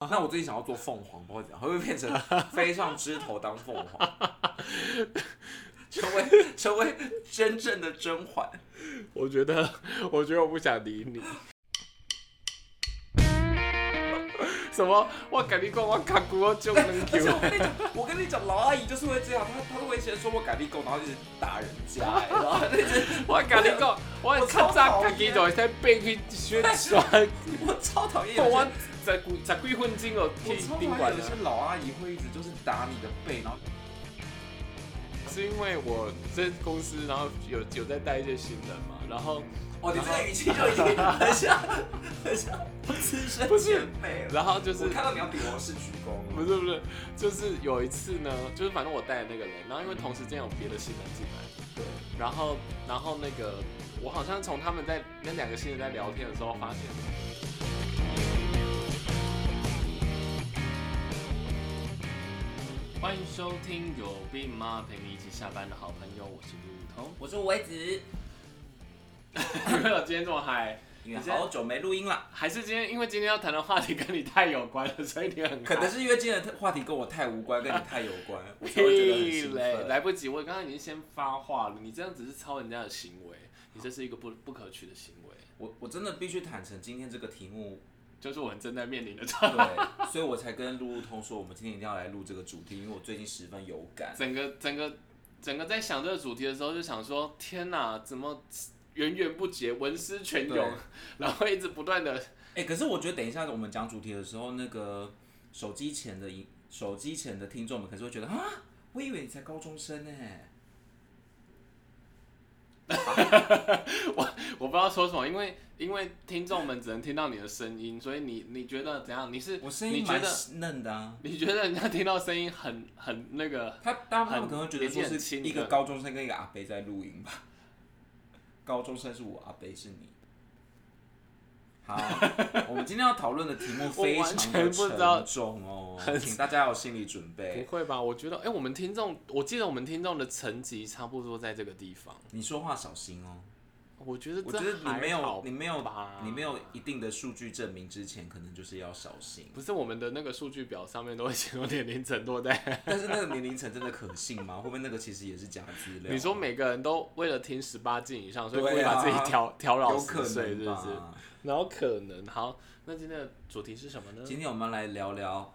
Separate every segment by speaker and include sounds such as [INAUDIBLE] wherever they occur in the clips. Speaker 1: 哦那我最近想要做凤凰，不知道怎样，会不会变 [LAUGHS] 成飞上枝头当凤凰， [LAUGHS] 成为成为真正的甄嬛？
Speaker 2: 我觉得，我觉得我不想理你。什么？我跟你讲，我卡古我就能 Q
Speaker 1: 而。且 [LAUGHS] 我跟你讲，我跟你讲，老阿姨就是会这样，她她都会先说我改立狗，然后一直打人家，然 [LAUGHS] 后一直
Speaker 2: 我跟你讲，我
Speaker 1: 我
Speaker 2: 较
Speaker 1: 超
Speaker 2: 早
Speaker 1: 讨
Speaker 2: 家
Speaker 1: 厌
Speaker 2: 己就会使变去宣
Speaker 1: [LAUGHS]
Speaker 2: 传，
Speaker 1: 我超讨厌有些
Speaker 2: 我十几十几分钟
Speaker 1: 啊
Speaker 2: 哦
Speaker 1: 我
Speaker 2: 去
Speaker 1: 超讨
Speaker 2: 宾馆
Speaker 1: 厌有
Speaker 2: 了
Speaker 1: 些，老阿姨会一直就是打你的背，然后
Speaker 2: 是因为我这公司然后有有在带一些新人嘛，然后
Speaker 1: 哦，你这个语气就已经很像很像资深
Speaker 2: 不是
Speaker 1: 前辈了。
Speaker 2: 然后就是
Speaker 1: 嗯我看到你要比我是鞠躬了，
Speaker 2: [LAUGHS] 不是不是，就是有一次呢，就是反正我带的那个人，然后因为同时间有别的新人进来，
Speaker 1: 对，
Speaker 2: 然后然后那个我好像从他们在那两个新人在聊天的时候发现，欢迎收听有病吗？陪你一起下班的好朋友，我是路路
Speaker 1: 我是维子，
Speaker 2: [LAUGHS] 通。没有今天这么嗨，
Speaker 1: 因为
Speaker 2: 你现在
Speaker 1: 好久没录音了，
Speaker 2: 还是今天因为今天要谈的话题跟你太有关了，所以你很
Speaker 1: 可能
Speaker 2: 嗨
Speaker 1: 是因为今天的话题跟我太无关，跟你太有关，我才会觉得很
Speaker 2: 屁
Speaker 1: 兴
Speaker 2: 嘞，
Speaker 1: 奋。
Speaker 2: 来不及！我刚刚已经先发话了，你这样只是抄人家的行为，你这是一个不不可取的行为，
Speaker 1: 我我真的必须坦诚，今天这个题
Speaker 2: [LAUGHS]
Speaker 1: 目，
Speaker 2: 就是我们正在面临的
Speaker 1: 对，所以我才跟路路通说，我们今天一定要来录这个主题，因为我最近十分有感。
Speaker 2: 整个整个整个在想这个主题的时候，就想说天哪，怎么源源不绝，文思泉
Speaker 1: 对
Speaker 2: 涌，然后一直不断的
Speaker 1: 哎、可是我觉得等一下我们讲主题的时候，那个手机前的一手机前的听众们可是会觉得啊，我以为你才高中生呢、
Speaker 2: 我不知道说什么，因为因为听众们只能听到你的声音，所以你你觉得怎样？你是
Speaker 1: 我声音
Speaker 2: 你觉
Speaker 1: 蛮
Speaker 2: 得
Speaker 1: 嫩的啊。
Speaker 2: 你觉得人家听到声音很很那个
Speaker 1: 他他们可能会觉得说
Speaker 2: 很年纪很
Speaker 1: 是
Speaker 2: 轻
Speaker 1: 一个
Speaker 2: 的
Speaker 1: 高中生跟一个阿伯在录音吧。 [LAUGHS] 高中生是我，阿伯是你。好， [LAUGHS] 我们今天要讨论的题目非
Speaker 2: 我完
Speaker 1: 常
Speaker 2: 全
Speaker 1: 的
Speaker 2: 不知道
Speaker 1: 沉重哦，请大家要有心理准 [LAUGHS] 备。
Speaker 2: 不会吧？我觉得，哎、我们听众，我记得我们听众的层级差不多在这个地方。
Speaker 1: 你说话小心哦。
Speaker 2: 我觉得
Speaker 1: 我
Speaker 2: 这
Speaker 1: 觉得你没
Speaker 2: 还好
Speaker 1: 有，你没有
Speaker 2: 吧，
Speaker 1: 你没有一定的数据证明之前，可能就是要小心。 [LAUGHS]
Speaker 2: 不是我们的那个数据表上面都会写有年龄程度在。
Speaker 1: 但是那个年龄层真的可信吗？会不会那个其实也是假资料？
Speaker 2: 你说每个人都为了听十八禁以上，所以
Speaker 1: 对啊
Speaker 2: 故意把自己调调老
Speaker 1: 有
Speaker 2: 十
Speaker 1: 可
Speaker 2: 岁，
Speaker 1: 能
Speaker 2: 是不是？
Speaker 1: 吧？
Speaker 2: 然后可能好，那今天的主题是什么呢？
Speaker 1: 今天我们来聊聊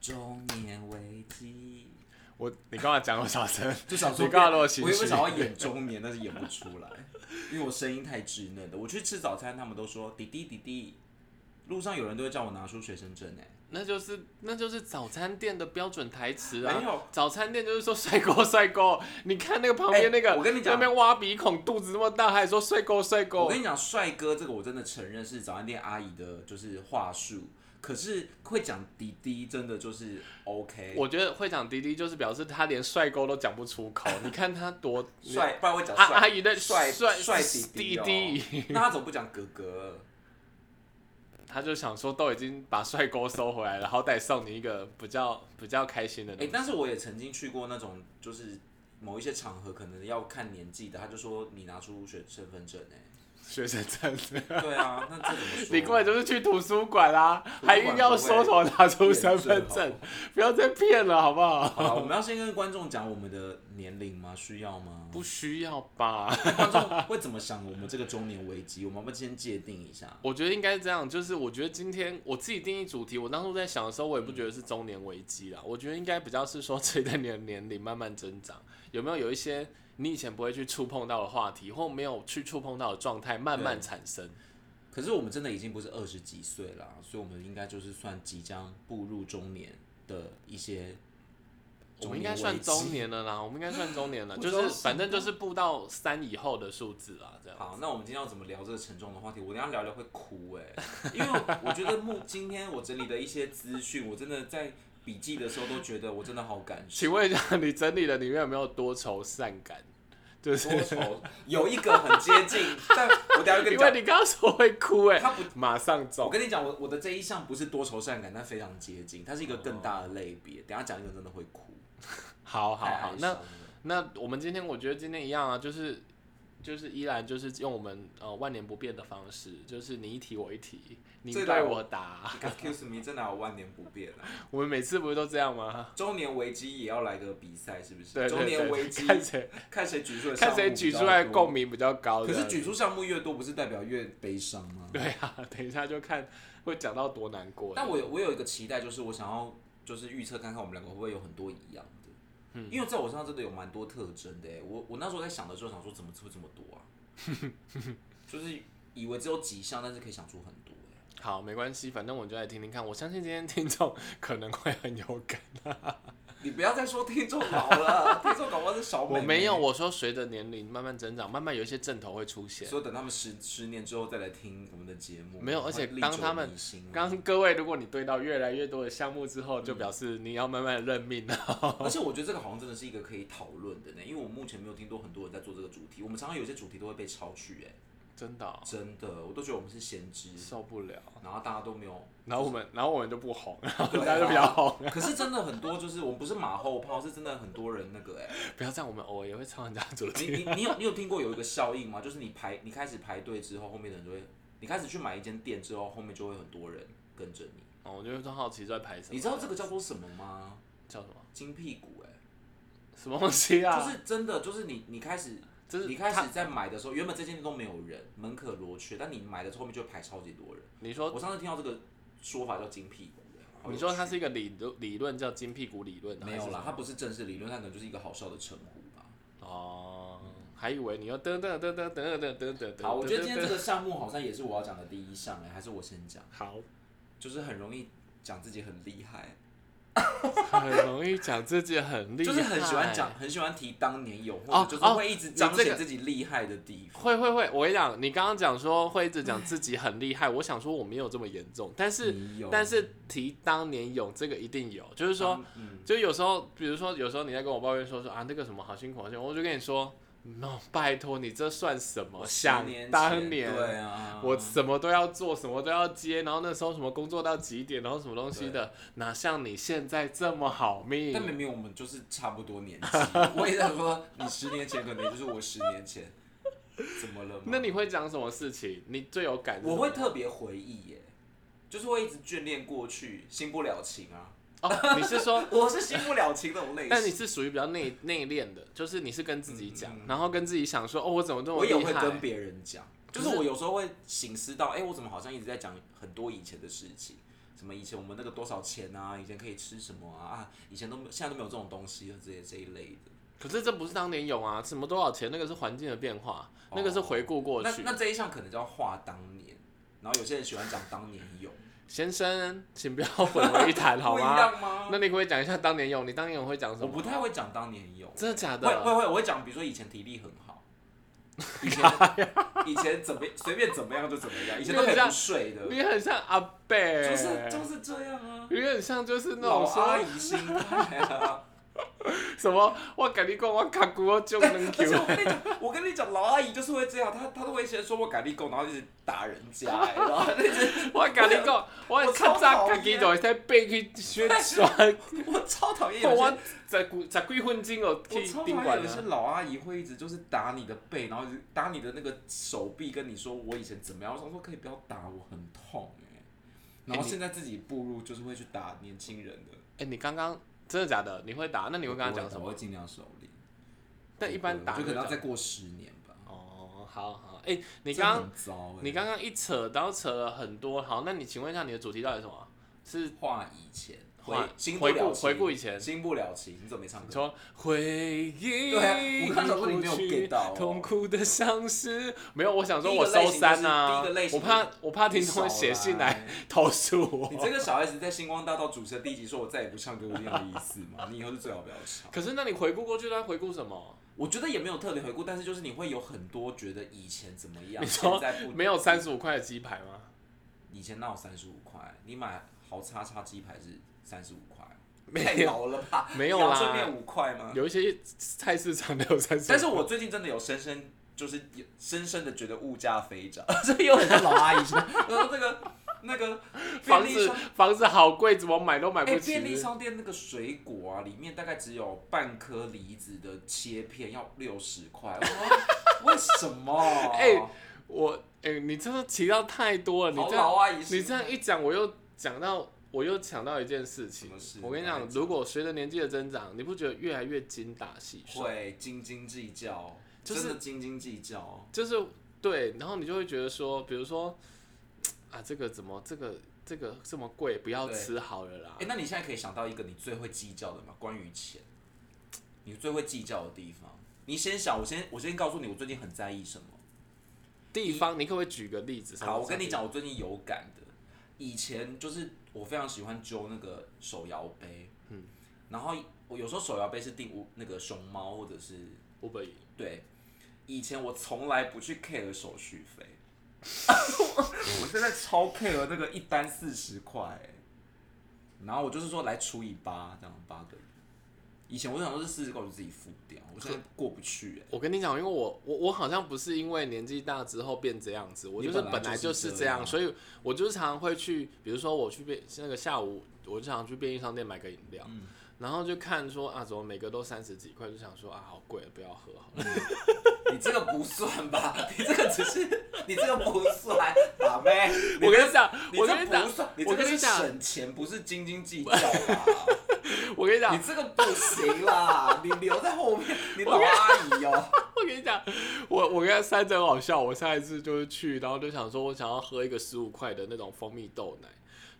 Speaker 1: 中年危机。
Speaker 2: 我你刚才讲我小声，
Speaker 1: 就想说，
Speaker 2: 你刚才那么心
Speaker 1: 我
Speaker 2: 虚
Speaker 1: 原本想要演中年，但是演不出来，因为我声音太稚嫩的。我去吃早餐，他们都说弟弟弟弟，路上有人都会叫我拿出学生证哎、
Speaker 2: [LAUGHS] 那就是那就是早餐店的标准台词啊
Speaker 1: 没有。
Speaker 2: 早餐店就是说帅哥帅哥，你看那个旁边那个，
Speaker 1: 哎我跟你讲
Speaker 2: 那边挖鼻孔，肚子那么大，还说帅哥帅哥。
Speaker 1: 我跟你讲，帅哥这个我真的承认是早餐店阿姨的，就是话术。可是会讲滴滴，真的就是 OK，
Speaker 2: 我觉得会讲滴滴就是表示他连帅哥都讲不出口。你看他多
Speaker 1: 帅，不然会讲
Speaker 2: 阿
Speaker 1: 帅、
Speaker 2: 阿姨的
Speaker 1: 帅
Speaker 2: 帅
Speaker 1: 帅弟
Speaker 2: 滴滴，
Speaker 1: 哦。那他怎么不讲哥哥？
Speaker 2: 他就想说都已经把帅哥收回来了，好歹送你一个比较比较开心的
Speaker 1: 哎、
Speaker 2: 东西。
Speaker 1: 但是我也曾经去过那种，就是某一些场合，可能要看年纪的，他就说你拿出学身份证哎、
Speaker 2: 学生证，
Speaker 1: 对啊，那这怎么 [LAUGHS] 说？
Speaker 2: 你根本就是去图书馆啦、
Speaker 1: 图书馆
Speaker 2: 还硬要说什么拿出身份
Speaker 1: 验证
Speaker 2: 证，不要再骗了好不
Speaker 1: 好
Speaker 2: 好？
Speaker 1: [LAUGHS] 了，我们要先跟观众讲我们的年龄吗？需要吗？
Speaker 2: 不需要吧？
Speaker 1: 观众会怎么想我们这个中年危机？我们要不要先界定一下？
Speaker 2: 我觉得应该这样，就是我觉得今天我自己定义主题，我当初在想的时候，我也不觉得是中年危机啦，我觉得应该比较是说随着你的年龄慢慢增长，有没有有一些你以前不会去触碰到的话题，或没有去触碰到的状态，慢慢产生。
Speaker 1: 可是我们真的已经不是二十几岁了，所以我们应该就是算即将步入中年的一些中年危
Speaker 2: 我
Speaker 1: 机。
Speaker 2: 们应该算中年了啦，我们应该算中年了，
Speaker 1: 我
Speaker 2: 就
Speaker 1: 知道
Speaker 2: 是
Speaker 1: 是
Speaker 2: 反正就是步到三以后的数字啦，这样。
Speaker 1: 好，那我们今天要怎么聊这个沉重的话题？我等一下聊聊会哭哎、因为我觉得目今天我整理的一些资讯，我真的在笔记的时候都觉得我真的好感
Speaker 2: 请
Speaker 1: 伤。
Speaker 2: 问一下，你整理的里面有没有多愁善感？就是
Speaker 1: 多愁有一个很接近， [LAUGHS] 但我等一下就跟
Speaker 2: 因
Speaker 1: 你
Speaker 2: 为
Speaker 1: 讲，
Speaker 2: 你刚刚说会哭哎、
Speaker 1: 他不
Speaker 2: 马上
Speaker 1: 我
Speaker 2: 走。
Speaker 1: 跟你讲，我我的这一项不是多愁善感，但非常接近，它是一个更大的类别。等一下讲一个真的会哭。
Speaker 2: 好好
Speaker 1: 太哀
Speaker 2: 好，
Speaker 1: 伤
Speaker 2: 那
Speaker 1: 了
Speaker 2: 那我们今天我觉得今天一样啊，就是就是依然就是用我们呃万年不变的方式，就是你一题我一题，你
Speaker 1: 这来
Speaker 2: 对
Speaker 1: 我
Speaker 2: 我答。
Speaker 1: Excuse me，这哪有万年不变啊？
Speaker 2: 我们每次不是都这样吗？ [LAUGHS]
Speaker 1: 周年危机也要来个比赛，是不是？
Speaker 2: 对对
Speaker 1: 周
Speaker 2: 对
Speaker 1: 年危机，
Speaker 2: 看谁
Speaker 1: 看谁举出的项
Speaker 2: 看
Speaker 1: 目
Speaker 2: 谁
Speaker 1: 比
Speaker 2: 举
Speaker 1: 较
Speaker 2: 出来
Speaker 1: 多
Speaker 2: 共鸣比较高
Speaker 1: 可
Speaker 2: 的。
Speaker 1: 是举出项目越多，不是代表越悲伤吗？
Speaker 2: 对啊， [LAUGHS] 等一下就看会讲到多难过。
Speaker 1: 但我有我有一个期待，就是我想要就是预测看看我们两个会不会有很多一样的，嗯，因为在我身上真的有蛮多特征的欸。我我那时候在想的时候想说，怎么会这么多啊？啊
Speaker 2: [LAUGHS]
Speaker 1: 就是以为只有几项，但是可以想出很多欸。
Speaker 2: 好，没关系，反正我就来听听看。我相信今天听众可能会很有感。
Speaker 1: 你不要再说听众老
Speaker 2: [LAUGHS]
Speaker 1: 了，听众搞不好是小美。
Speaker 2: 我没有，，我说随着年龄慢慢增长，慢慢有一些阵头会出现。
Speaker 1: 所以等他们十十年之后再来听我们的节目，
Speaker 2: 没有而且当他们刚刚各位，如果你对到越来越多的项目之
Speaker 1: 嗯
Speaker 2: 后，就表示你要慢慢认命了。
Speaker 1: 而且我觉得这个好像真的是一个可以讨论的呢，因为我目前没有听到很多人在做这个主题。我们常常有些主题都会被抄去，哎，
Speaker 2: 真的哦、
Speaker 1: 真的，我都觉得我们是先知，
Speaker 2: 受不了。
Speaker 1: 然后大家都没有。
Speaker 2: 然后我们，然后我们就
Speaker 1: [LAUGHS]
Speaker 2: 不红，然后
Speaker 1: 对啊
Speaker 2: 大家就比较红。
Speaker 1: 可是真的很多，就是我们不是马后炮，是真的很多人那个哎、
Speaker 2: 不要这样，我们偶尔也会唱人家主
Speaker 1: 你
Speaker 2: 题。
Speaker 1: 你你有你有听过有一个效应吗？就是你排你开始排队之后，后面的人就会，你开始去买一间店之后，后面就会很多人跟着你。
Speaker 2: [LAUGHS] 哦，我就会好奇在排什么。
Speaker 1: 你知道这个叫做什么吗？
Speaker 2: 叫什么？
Speaker 1: 金屁股哎、
Speaker 2: 什么东西啊？
Speaker 1: 就是真的，就是你你开始
Speaker 2: 这是
Speaker 1: 你开
Speaker 2: 他
Speaker 1: 始在买的时候，原本这间店都没有人，门可罗雀，但你买的时候后面就会排超级多人。
Speaker 2: 你说
Speaker 1: 我上次听到这个说法叫金屁股哎、好有
Speaker 2: 你说它
Speaker 1: 趣
Speaker 2: 是一个理论理论叫金屁股理论，啊
Speaker 1: 没有啦，
Speaker 2: 还
Speaker 1: 它不是正式理论，它可能就是一个好笑的称呼吧。
Speaker 2: 是哦，还以为你要噔噔噔噔噔噔噔噔噔。
Speaker 1: 好，我觉得今天这
Speaker 2: 噔
Speaker 1: 个项目好像也是我要讲的第一项哎、还是我先讲，
Speaker 2: 好，
Speaker 1: 就是很容易讲自己很厉害，
Speaker 2: 很容易讲自己很厉害，
Speaker 1: 就是很喜欢讲，。很喜欢提当年有，或
Speaker 2: 哦
Speaker 1: 者就是会一直彰
Speaker 2: 哦你这
Speaker 1: 显
Speaker 2: 个
Speaker 1: 自己厉害的地方。
Speaker 2: 会会会，我跟你讲，你刚刚讲说会一直讲自己很厉害，我想说我没有这么严重，但是
Speaker 1: 你嗯有
Speaker 2: 但是提当年勇这个一定有，就是说，
Speaker 1: 当嗯，
Speaker 2: 就有时候，比如说有时候你在跟我抱怨说说啊那个什么好辛苦好辛苦，我就跟你说，no，拜托你这算什么？想
Speaker 1: 十年前
Speaker 2: 当年，
Speaker 1: 对啊，
Speaker 2: 我什么都要做，什么都要接，然后那时候什么工作到几点，然后什么东西的，哪像你现在这么好
Speaker 1: 但明
Speaker 2: 命？
Speaker 1: 明我们就是差不多年纪，我也想说，你十年前可能就是我十年前，怎么了吗？
Speaker 2: 那你会讲什么事情？你最有感是什
Speaker 1: 我
Speaker 2: 么？
Speaker 1: 会特别回忆耶，就是会一直眷恋过去，新不了情啊。 [LAUGHS]
Speaker 2: 哦，你是说，
Speaker 1: 我是新不了情那种类型，
Speaker 2: [LAUGHS] 但你是属于比较内内敛的，就是你是跟自己讲，然后跟自己想说，哦，我怎么这么
Speaker 1: 嗯我也
Speaker 2: 厉
Speaker 1: 会跟
Speaker 2: 害？
Speaker 1: 别人讲，就
Speaker 2: 可
Speaker 1: 是
Speaker 2: 是
Speaker 1: 我有时候会醒思到，哎、我怎么好像一直在讲很多以前的事情，什么以前我们那个多少钱啊，以前可以吃什么啊，啊，以前都没有，现在都没有这种东西了，这些这一类的。
Speaker 2: 可是这不是当年有啊，什么多少钱？那个是环境的变化，那个是回顾过去。
Speaker 1: 哦那那这一项可能叫话当年，然后有些人喜欢讲当年勇，
Speaker 2: 先生，请不要混
Speaker 1: [LAUGHS]
Speaker 2: 为一谈好
Speaker 1: 不一
Speaker 2: 吗？
Speaker 1: 样吗？
Speaker 2: 那你可不可以讲一下当年有？你当年有会讲什
Speaker 1: 我
Speaker 2: 么？
Speaker 1: 不太会讲当年勇，
Speaker 2: 真的假
Speaker 1: 会会
Speaker 2: 的？
Speaker 1: 会，我会讲，比如说以前体力很 [LAUGHS] 好，以前以前怎么随便怎么样就怎么样，以前都可以不睡的，
Speaker 2: 你很像阿贝，
Speaker 1: 就是就是这样啊，
Speaker 2: 有点像就是那
Speaker 1: 老
Speaker 2: 种
Speaker 1: 阿
Speaker 2: 说
Speaker 1: 姨心态啊。 [LAUGHS]
Speaker 2: 什么，我跟你讲，我卡古我就能
Speaker 1: 而且 [LAUGHS]
Speaker 2: Q
Speaker 1: 我。跟你讲，我跟你讲，老阿姨就是会这样，她她都会先说我改立功，然后一直打人家、欸，然 [LAUGHS] 后一直
Speaker 2: 我跟你讲，我较早家己就会使背去宣传，
Speaker 1: 我超讨厌有些，
Speaker 2: 我
Speaker 1: [LAUGHS] 我
Speaker 2: 十几十几分钟哦去
Speaker 1: 超
Speaker 2: 宾
Speaker 1: 讨厌
Speaker 2: 馆
Speaker 1: 有些
Speaker 2: 啊。
Speaker 1: 老阿姨会一直就是打你的背，然后一直打你的那个手臂，跟你说我以前怎么样，我想说可以不要打我，很痛哎、然后
Speaker 2: 你
Speaker 1: 现在自己步入就是会去打年轻人的，
Speaker 2: 哎，你刚刚真的假的？你会打？那你会跟他讲什
Speaker 1: 我
Speaker 2: 么
Speaker 1: 会？尽量收敛。
Speaker 2: 但一般打
Speaker 1: 我就可能要再
Speaker 2: 讲
Speaker 1: 过十年吧。
Speaker 2: 哦，好好。哎，你刚刚
Speaker 1: 这很糟哎、
Speaker 2: 你刚刚一扯，然后扯了很多。好，那你请问一下，你的主题到底是什么？啊是
Speaker 1: 话以前，回
Speaker 2: 话
Speaker 1: 新不
Speaker 2: 回顾
Speaker 1: 了情
Speaker 2: 回顾以前
Speaker 1: 新不了情，你怎么没唱歌？
Speaker 2: 说回忆，
Speaker 1: 对啊我刚想说你没有
Speaker 2: 过去
Speaker 1: get 到哦
Speaker 2: 痛苦的相思，没有，我想说
Speaker 1: 第一
Speaker 2: 我
Speaker 1: 个类
Speaker 2: 收
Speaker 1: 型
Speaker 2: 三
Speaker 1: 就是
Speaker 2: 啊
Speaker 1: 第一个类，型
Speaker 2: 我怕我怕听众写信来投诉
Speaker 1: 你
Speaker 2: 我。
Speaker 1: 这个小孩子在星光大道主持的第一集说“我再也不唱歌”，有这样的意思吗？你以后就最好不要唱。
Speaker 2: 可是那你回顾过去都在回顾什么？
Speaker 1: 我觉得也没有特别回顾，但是就是你会有很多觉得以前怎么样，
Speaker 2: 你说
Speaker 1: 现在不
Speaker 2: 没有三，十五块的鸡排吗？
Speaker 1: 以前哪有三十五块？你买豪叉叉鸡排是三十五块，
Speaker 2: 没有
Speaker 1: 太老了吧？
Speaker 2: 没有啦
Speaker 1: 阳春面五块吗？
Speaker 2: 有一些菜市场都有三十，
Speaker 1: 啊但
Speaker 2: [LAUGHS]
Speaker 1: 是我最近真的有深深
Speaker 2: [LAUGHS]
Speaker 1: [LAUGHS] 就是深深的觉得物价飞涨，所以有很多老阿姨说，然后这个那个
Speaker 2: 房
Speaker 1: 便利
Speaker 2: 子
Speaker 1: 商，
Speaker 2: 房子好贵，怎么买都买
Speaker 1: 哎、
Speaker 2: 不起
Speaker 1: 便。利商店那个水果啊，里面大概只有半颗梨子的切片，要六十块，我说 [LAUGHS] 为什么？
Speaker 2: [LAUGHS] 哎我哎、你真的提到太多了，你
Speaker 1: 好
Speaker 2: 这样
Speaker 1: 老啊阿姨，
Speaker 2: 你这样一讲，我又讲到，我又想到一件事
Speaker 1: 什
Speaker 2: 情
Speaker 1: 么事。
Speaker 2: 我跟你
Speaker 1: 来
Speaker 2: 讲，
Speaker 1: 讲
Speaker 2: 如果随着年纪的增长，你不觉得越来越精打细算？
Speaker 1: 会斤斤计较，
Speaker 2: 就是
Speaker 1: 真的斤斤计较。
Speaker 2: 就是对，然后你就会觉得说，比如说啊，这个怎么这个这个这么贵，不要
Speaker 1: 对
Speaker 2: 吃好了啦
Speaker 1: 哎、。那你现在可以想到一个你最会计较的吗？关于钱，你最会计较的地方。你先想，我先我先告诉你，我最近很在意什么。
Speaker 2: 地方，你可不可以举个例子？
Speaker 1: 好，我跟你，讲，我最近有感的。以前就是我非常喜欢揪那个手摇杯，嗯，然后我有时候手摇杯是订无那个熊猫或者是
Speaker 2: 我本
Speaker 1: 对，以前我从来不去 care 手续费， [LAUGHS] 我现在超 care 那个一单四十块欸，然后我就是说来除以八，这样八个人。以前我就想说是四十块我就自己付掉，我现在过不去欸
Speaker 2: 我跟你讲，因为我我我好像不是因为年纪大之后变这样子，我
Speaker 1: 你
Speaker 2: 就是
Speaker 1: 本来
Speaker 2: 本来
Speaker 1: 就是是
Speaker 2: 这
Speaker 1: 这
Speaker 2: 样，
Speaker 1: 样
Speaker 2: 所以我就是常常会去，比如说我去便那个下午，我就想去便利商店买个饮料，
Speaker 1: 嗯
Speaker 2: 然后就看说啊，怎么每个都三十几块，就想说啊，好贵，不要喝好了。
Speaker 1: 你这个不算吧？你这个只是你这个不算，打妹。
Speaker 2: 我跟你讲，
Speaker 1: 你
Speaker 2: 我
Speaker 1: 这
Speaker 2: 跟你讲
Speaker 1: 不算，，你
Speaker 2: 我
Speaker 1: 这个
Speaker 2: 跟
Speaker 1: 是
Speaker 2: 你讲，
Speaker 1: 省钱，不是斤斤计较啦。
Speaker 2: 我跟
Speaker 1: [LAUGHS]
Speaker 2: 你
Speaker 1: 你
Speaker 2: 讲，
Speaker 1: 这个不行啦，你留在后面，你老阿姨哦、
Speaker 2: 我跟你讲，我我跟三真好笑，我上一次就是去，然后就想说我想要喝一个十五块的那种蜂蜜豆奶，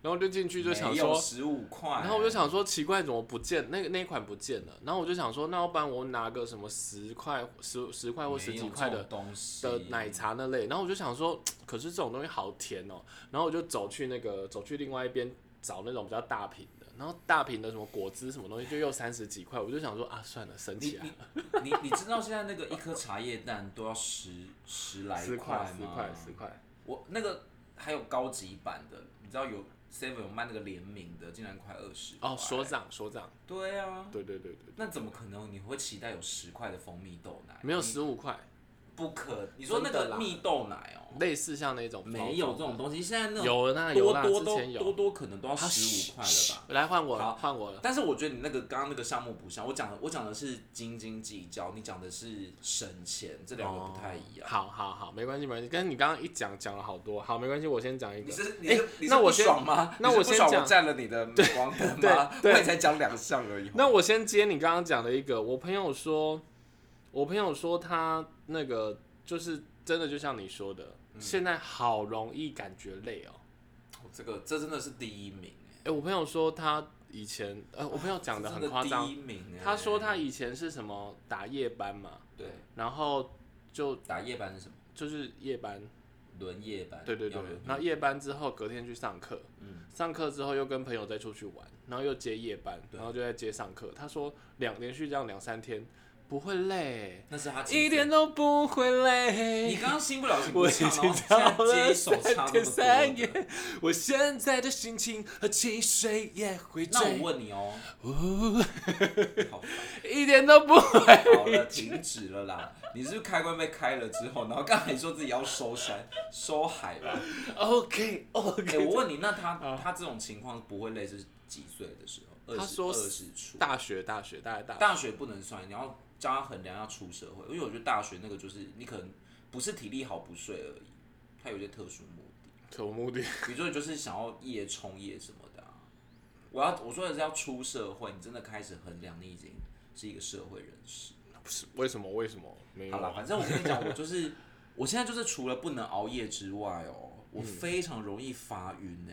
Speaker 2: 然后就进去就想说
Speaker 1: 十五块，
Speaker 2: 然后我就想说，奇怪，怎么不见那个那一款不见了？然后我就想说，那要不然我拿个什么十块、十十块或十几块
Speaker 1: 没有这
Speaker 2: 的
Speaker 1: 种东西
Speaker 2: 的奶，茶那类。然后我就想说，可是这种东西好甜哦、然后我就走去那个走去另外一边找那种比较大瓶的，然后大瓶的什么果汁什么东西就又三十几块，我就想说啊，算了，省起
Speaker 1: 你
Speaker 2: 来
Speaker 1: 你。你你知道现在那个一颗茶叶蛋都要十十来
Speaker 2: 十
Speaker 1: 块吗？
Speaker 2: 十块，十块。
Speaker 1: 我那个还有高级版的，你知道有 Seven 有卖那个联名的，竟然快二十
Speaker 2: 哦，所长，所长，
Speaker 1: 对啊，
Speaker 2: 对对对对，
Speaker 1: 那怎么可能你会期待有十块的蜂蜜豆奶？
Speaker 2: 没有
Speaker 1: 你
Speaker 2: 十五块，
Speaker 1: 不可，你说那
Speaker 2: 真的
Speaker 1: 个
Speaker 2: 啦
Speaker 1: 蜜豆奶哦、
Speaker 2: 类似像那种
Speaker 1: 没有这种东西，现在那种
Speaker 2: 有那有
Speaker 1: 多
Speaker 2: 啦，
Speaker 1: 多
Speaker 2: 之
Speaker 1: 都
Speaker 2: 前有
Speaker 1: 多多可能都要
Speaker 2: 好
Speaker 1: 十五块了吧？
Speaker 2: 来换我
Speaker 1: 好
Speaker 2: 了，换我了。
Speaker 1: 但是我觉得你那个刚刚那个项目不像，我讲的我讲的是斤斤计较，你讲的是省钱，这两个不太一样。
Speaker 2: 哦好好好，没关系没关系。但是你刚刚一讲讲了好多，好没关系，我先讲一
Speaker 1: 哦你
Speaker 2: 个。
Speaker 1: 是你是、
Speaker 2: 哎
Speaker 1: 你是
Speaker 2: 那我
Speaker 1: 不
Speaker 2: 先
Speaker 1: 爽吗？
Speaker 2: 那
Speaker 1: 你是
Speaker 2: 我
Speaker 1: 不
Speaker 2: 先
Speaker 1: 爽
Speaker 2: 讲
Speaker 1: 我占了你的镁光灯吗？
Speaker 2: 对对
Speaker 1: 我也才讲两项而已。
Speaker 2: 那我先接你刚刚讲的一个，我朋友说，我朋友说他那个就是真的就像你说的，现在好容易感觉累哦。
Speaker 1: 我这个这真的是第一 [LAUGHS] 名哎、
Speaker 2: 哎、我朋友说他以前，呃，我朋友讲
Speaker 1: 这
Speaker 2: 的
Speaker 1: 真
Speaker 2: 很夸
Speaker 1: 第
Speaker 2: 张，
Speaker 1: 一名哎、
Speaker 2: 他说他以前是什么打夜班嘛，
Speaker 1: 对
Speaker 2: 然后就
Speaker 1: 打夜班是什么？
Speaker 2: 就是夜班，
Speaker 1: 轮夜班。
Speaker 2: 对对对
Speaker 1: 要轮，
Speaker 2: 然后夜班之后隔天去上课，
Speaker 1: 嗯
Speaker 2: 上课之后又跟朋友再出去玩，然后又接夜班，然后就在接上课。他说两连续这样两三天不会累，
Speaker 1: 那是他几岁
Speaker 2: 一点都不会
Speaker 1: 你
Speaker 2: 累。
Speaker 1: 刚刚新不了情不
Speaker 2: 我已
Speaker 1: 唱，
Speaker 2: 经
Speaker 1: 然后现
Speaker 2: 到
Speaker 1: 在接
Speaker 2: 了
Speaker 1: 一首
Speaker 2: 三
Speaker 1: 唱
Speaker 2: 天
Speaker 1: 那么
Speaker 2: 三
Speaker 1: 多的。
Speaker 2: 夜，我现在的心情和情绪也会
Speaker 1: 那我
Speaker 2: 醉，
Speaker 1: 问你哦，好烦。
Speaker 2: 一点
Speaker 1: [LAUGHS]
Speaker 2: 都不会。
Speaker 1: 好了，停止了啦！你是不是开关被开了之后，然后刚才说自己要收山收海
Speaker 2: [LAUGHS]
Speaker 1: 吧？
Speaker 2: OK
Speaker 1: 哎、
Speaker 2: OK，
Speaker 1: 我问你，那他他这种情况不会类似几岁的时候？二
Speaker 2: 啊他
Speaker 1: 十
Speaker 2: 说
Speaker 1: 二十出，
Speaker 2: 大学大学大学大学，
Speaker 1: 大学不能算，你要教他衡量要出社会，因为我觉得大学那个就是你可能不是体力好不睡而已，他有些特殊目的，
Speaker 2: 可我目的
Speaker 1: 比如说你就是想要夜冲夜什么的、啊。我要我说的是要出社会，你真的开始衡量，你已经是一个社会人士。
Speaker 2: 不是为什么为什么没有
Speaker 1: 好了，
Speaker 2: 啊？ [LAUGHS]
Speaker 1: 反正我跟你讲，我就是我现在就是除了不能熬夜之外哦，我非常容易发晕呢、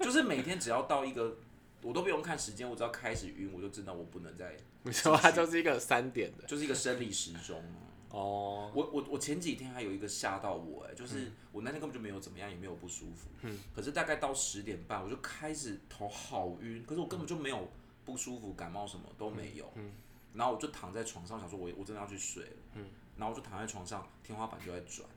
Speaker 1: 就是每天只要到一个，我都不用看时间，我只要开始晕，我就知道我不能再，
Speaker 2: 你说他啊就是一个三点的
Speaker 1: 就是一个生理时钟啊。
Speaker 2: 哦，
Speaker 1: 我我我前几天还有一个吓到我哎、就是
Speaker 2: 嗯
Speaker 1: 我那天根本就没有怎么样，也没有不舒服，可是大概到十点半我就开始头好晕，可是我
Speaker 2: 嗯
Speaker 1: 根本就没有不舒服，感冒什么都没有，然后我就躺在床上想说我我真的要去睡了，
Speaker 2: 嗯
Speaker 1: 然后我就躺在床上，天花板就在转，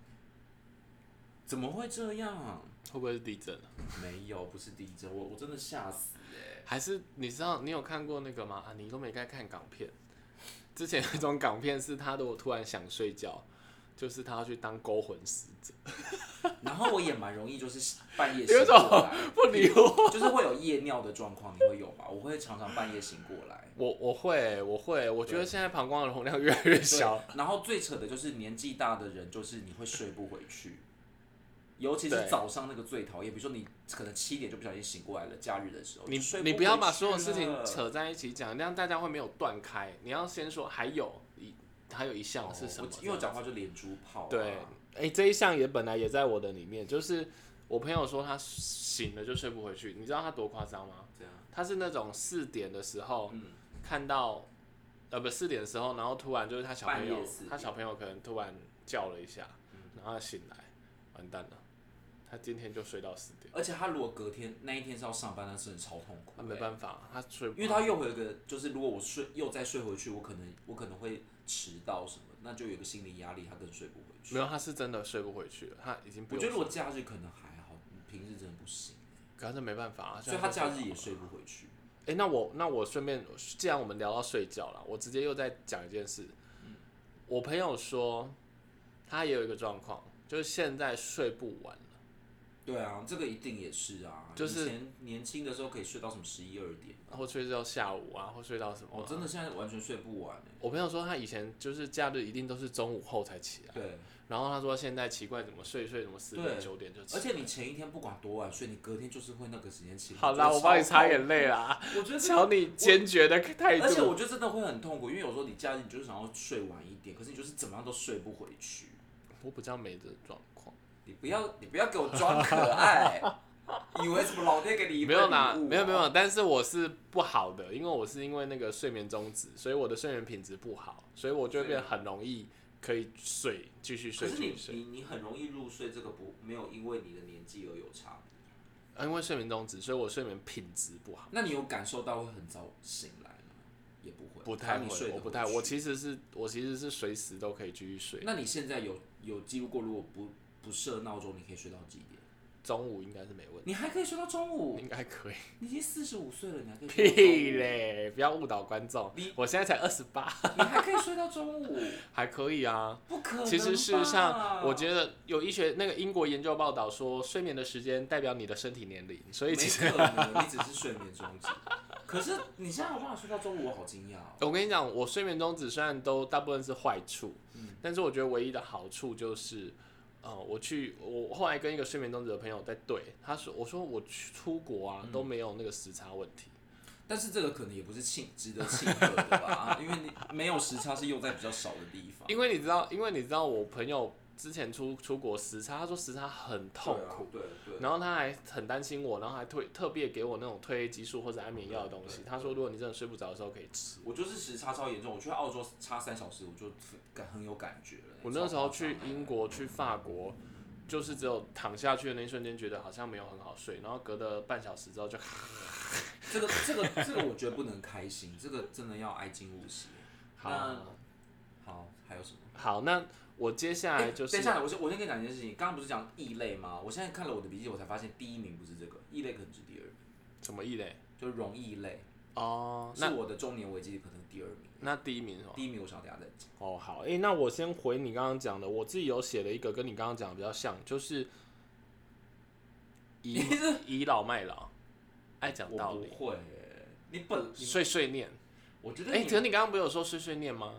Speaker 1: 怎么会这样？
Speaker 2: 会不会是地震啊？
Speaker 1: 没有，不是地震，我我真的吓死 [LAUGHS] 哎、
Speaker 2: 还是你知道你有看过那个吗？啊，你都没该看港片。之前有一种港片是他如果突然想睡觉，就是他要去当勾魂使者，
Speaker 1: 然后我也蛮容易就是半夜
Speaker 2: 有
Speaker 1: 醒
Speaker 2: 一
Speaker 1: 过
Speaker 2: 种
Speaker 1: 来，
Speaker 2: 不理我。
Speaker 1: 就是会有夜尿的状况，你会有吗？我会常常半夜醒过来。
Speaker 2: 我我会我会，我觉得现在膀胱的容量越来越小。
Speaker 1: 对，然后最扯的就是年纪大的人，就是你会睡不回去，尤其是
Speaker 2: 对
Speaker 1: 早上那个最讨厌。比如说你可能七点就不小心醒过来了，假日的时候，
Speaker 2: 你
Speaker 1: 就睡
Speaker 2: 你
Speaker 1: 不
Speaker 2: 不要
Speaker 1: 回
Speaker 2: 把
Speaker 1: 去
Speaker 2: 所有事情
Speaker 1: 了
Speaker 2: 扯在一起讲，那样大家会没有断开。你要先说还有一还有一项是什么
Speaker 1: 哦
Speaker 2: 这
Speaker 1: 我因为
Speaker 2: 样
Speaker 1: 我讲话就连珠炮、啊。
Speaker 2: 对，哎、这一项也本来也在我的里面，就是我朋友说他醒了就睡不回去，你知道他多夸张吗？
Speaker 1: 这样，
Speaker 2: 他是那种四点的时候
Speaker 1: 嗯，
Speaker 2: 看到，呃，不四点的时候，然后突然就是他小朋
Speaker 1: 半
Speaker 2: 友
Speaker 1: 夜四，点嗯
Speaker 2: 他小朋友可能突然叫了一下，然后他醒来，完蛋了，他今天就睡到四点，
Speaker 1: 而且他如果隔天那一天是要上班，那真的超痛苦、
Speaker 2: 那没办法，他睡不，
Speaker 1: 因为他又会有一个，就是如果我睡又再睡回去，我可能我可能会迟到什么，那就有一个心理压力，他更睡不回去。
Speaker 2: 没有，他是真的睡不回去了，他已经不
Speaker 1: 我
Speaker 2: 由
Speaker 1: 觉得如
Speaker 2: 自
Speaker 1: 果假日可能还好，平日真的不行，
Speaker 2: 可是没办法啊，
Speaker 1: 所以
Speaker 2: 现
Speaker 1: 他
Speaker 2: 在就
Speaker 1: 假
Speaker 2: 睡
Speaker 1: 日也
Speaker 2: 着了
Speaker 1: 睡不回去。
Speaker 2: 哎、那我那我顺便，既然我们聊到睡觉了，我直接又再讲一件事。
Speaker 1: 嗯
Speaker 2: 我朋友说，他也有一个状况，就是现在睡不完了，
Speaker 1: 对啊，这个一定也是啊，
Speaker 2: 就是
Speaker 1: 以前年轻的时候可以睡到什么十一二点，
Speaker 2: 然后睡到下午啊，或睡到什么、
Speaker 1: 我、真的现在完全睡不完、欸、
Speaker 2: 我朋友说他以前就是假日一定都是中午后才起来，
Speaker 1: 对，
Speaker 2: 然后他说现在奇怪怎么睡一睡怎么四点
Speaker 1: 对
Speaker 2: 九点就起
Speaker 1: 而
Speaker 2: 来。
Speaker 1: 且你前一天不管多晚睡，你隔天就是会那个时间起来。
Speaker 2: 好啦，
Speaker 1: 真的
Speaker 2: 我帮你
Speaker 1: 超
Speaker 2: 擦
Speaker 1: 痛
Speaker 2: 眼泪
Speaker 1: [LAUGHS]
Speaker 2: 啦，
Speaker 1: 苦，我觉得这个
Speaker 2: 瞧啊你坚决的态
Speaker 1: 而且
Speaker 2: 度。
Speaker 1: 我觉得真的会很痛苦，因为有时候你假日你就是想要睡晚一点，可是你就是怎么样都睡不回去。
Speaker 2: 我比较没这状况，
Speaker 1: 你不要你不要给我装可爱，以为什么老天给你一份
Speaker 2: 没有啦，
Speaker 1: 礼物啊
Speaker 2: 没有没有，但是我是不好的，因为我是因为那个睡眠中止，所以我的睡眠品质不好，所以我就会变得很容易可以睡，继续
Speaker 1: 可
Speaker 2: 睡，
Speaker 1: 是
Speaker 2: 继
Speaker 1: 你
Speaker 2: 续睡。
Speaker 1: 你你很容易入睡，这个不没有因为你的年纪而有差。
Speaker 2: 啊因为睡眠中止，所以我睡眠品质不好，
Speaker 1: 那你有感受到会很早醒来吗？也不会，
Speaker 2: 不太
Speaker 1: 当你睡
Speaker 2: 会，
Speaker 1: 得
Speaker 2: 我不太，
Speaker 1: 回去
Speaker 2: 我其实是我其实是随时都可以继续睡，
Speaker 1: 那你现在有有记录过，如果不不设闹钟，你可以睡到几点？
Speaker 2: 中午应该是没问题，
Speaker 1: 你还可以睡到中午？
Speaker 2: 应该可以。
Speaker 1: 你已经四十五岁了，你
Speaker 2: [LAUGHS]
Speaker 1: 还可以睡到中午
Speaker 2: 屁嘞，不要误导观众
Speaker 1: 你，
Speaker 2: 我现在才二十八，
Speaker 1: [LAUGHS] 你还可以睡到中午？
Speaker 2: 还可以啊。
Speaker 1: 不可能吧。
Speaker 2: 其实事实上，我觉得有医学那个英国研究报道说，睡眠的时间代表你的身体年龄，所以其实
Speaker 1: 没可能，你只是睡眠中止。可是你现在有办法睡到中午，我好惊讶哦。
Speaker 2: 我跟你讲，我睡眠中止虽然都大部分是坏处，
Speaker 1: 嗯
Speaker 2: 但是我觉得唯一的好处就是，呃，我去我后来跟一个睡眠中止的朋友在对，他说我说我去出
Speaker 1: 嗯
Speaker 2: 国啊都没有那个时差问题，
Speaker 1: 但是这个可能也不是庆值得庆贺的吧，因为你没有时差是用在比较少的地方，
Speaker 2: 因为你知道，因为你知道我朋友之前出出国时差，他说时差很痛苦。
Speaker 1: 对啊对对。
Speaker 2: 然后他还很担心我，然后还特特别给我那种褪黑激素或者安眠药的东西。他说，如果你真的睡不着的时候可以吃。
Speaker 1: 我就是时差超严重，我去澳洲差三小时，我就感很有感觉了。
Speaker 2: 我那时
Speaker 1: 超
Speaker 2: 候
Speaker 1: 夸
Speaker 2: 去
Speaker 1: 张的
Speaker 2: 英国、去法国，就是只有躺下去的那一瞬间，觉得好像没有很好睡，然后隔了半小时之后就，
Speaker 1: 这个这个这个，我觉得不能开心，这个真的要哀今勿喜。
Speaker 2: 好
Speaker 1: 那好，还有什么？
Speaker 2: 好，那我接下来
Speaker 1: 哎
Speaker 2: 就是
Speaker 1: 等一下，我先我先跟你讲一件事情。刚刚不是讲异类吗？我现在看了我的笔记，我才发现第一名不是这个，异类可能是第二名，
Speaker 2: 什么意嘞？
Speaker 1: 就是容易类，
Speaker 2: 哦，
Speaker 1: 是
Speaker 2: 那哦
Speaker 1: 我的中年危机可能第二名。
Speaker 2: 那第一名是什么？
Speaker 1: 第一名我想等一下再讲。
Speaker 2: 哦，好，诶、那我先回你刚刚讲的，我自己有写了一个跟你刚刚讲的比较像，就是倚倚老卖老，爱讲道
Speaker 1: 我不
Speaker 2: 理，
Speaker 1: 会欸，你本你
Speaker 2: 碎碎念。
Speaker 1: 我觉得
Speaker 2: 哎、
Speaker 1: 你
Speaker 2: 可是你刚刚不是有说碎碎念吗？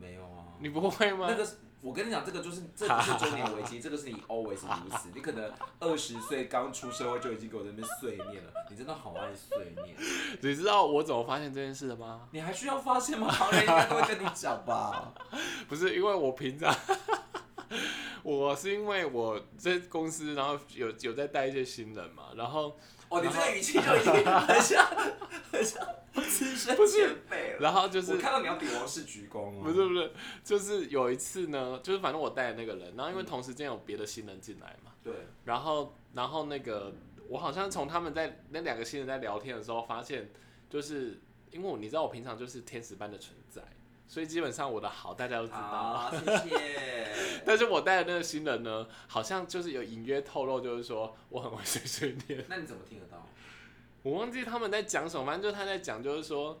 Speaker 1: 没有啊，
Speaker 2: 你不会吗
Speaker 1: 那？个是我跟你讲，这个就是这不是中年危机，这个是你 always 如此。你可能二十岁刚出社会就已经给我在那边碎念了，你真的好爱碎念。
Speaker 2: 你知道我怎么发现这件事的吗？
Speaker 1: 你还需要发现吗？旁人应该都会跟你讲吧。
Speaker 2: 不是因为我平常，我是因为我在公司，然后有有在带一些新人嘛，然后
Speaker 1: 哦，你这个语气就已经很像很像资深前辈了。
Speaker 2: 然后就是
Speaker 1: 我看到你要比王室鞠躬哦。
Speaker 2: 不是不是，就是有一次呢，就是反正我带的那个人，然后因为同时间有别的新人进来嘛，
Speaker 1: 对，
Speaker 2: 然后然后那个我好像从他们在那两个新人在聊天的时候发现，就是因为我你知道我平常就是天使般的存在，所以基本上我的好大家都知道。
Speaker 1: 好，谢谢。
Speaker 2: 但是我带的那个新人呢，好像就是有隐约透露，就是说我很会碎碎念。
Speaker 1: 那你怎么听得到？
Speaker 2: 我忘记他们在讲什么，反正就是他在讲，就是说，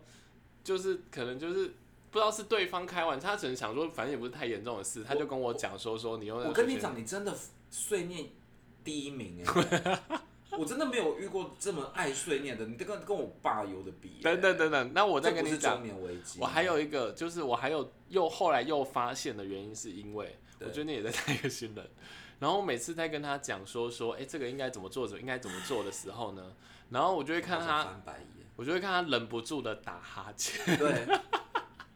Speaker 2: 就是可能就是不知道是对方开玩笑，他只能想说，反正也不是太严重的事，他就跟我讲说说你用那个
Speaker 1: 我跟
Speaker 2: 水
Speaker 1: 你
Speaker 2: 仙
Speaker 1: 讲，你真的碎念第一名哎、
Speaker 2: [LAUGHS]
Speaker 1: 我真的没有遇过这么爱碎念的，你这个跟我爸有的比、
Speaker 2: 等，等等等，那我
Speaker 1: 我
Speaker 2: 再跟你
Speaker 1: 是
Speaker 2: 讲
Speaker 1: 中，年危机，
Speaker 2: 我还有一个，就是我还有又后来又发现的原因，是因为我
Speaker 1: 对
Speaker 2: 觉得你也在带一个新人，然后我每次在跟他讲说说，哎、这个应该怎么做，怎么应该怎么做的时候呢，然后我就会看
Speaker 1: 好想
Speaker 2: 他，
Speaker 1: 翻白眼，
Speaker 2: 我就会看他忍不住的打哈欠， [LAUGHS]
Speaker 1: 对。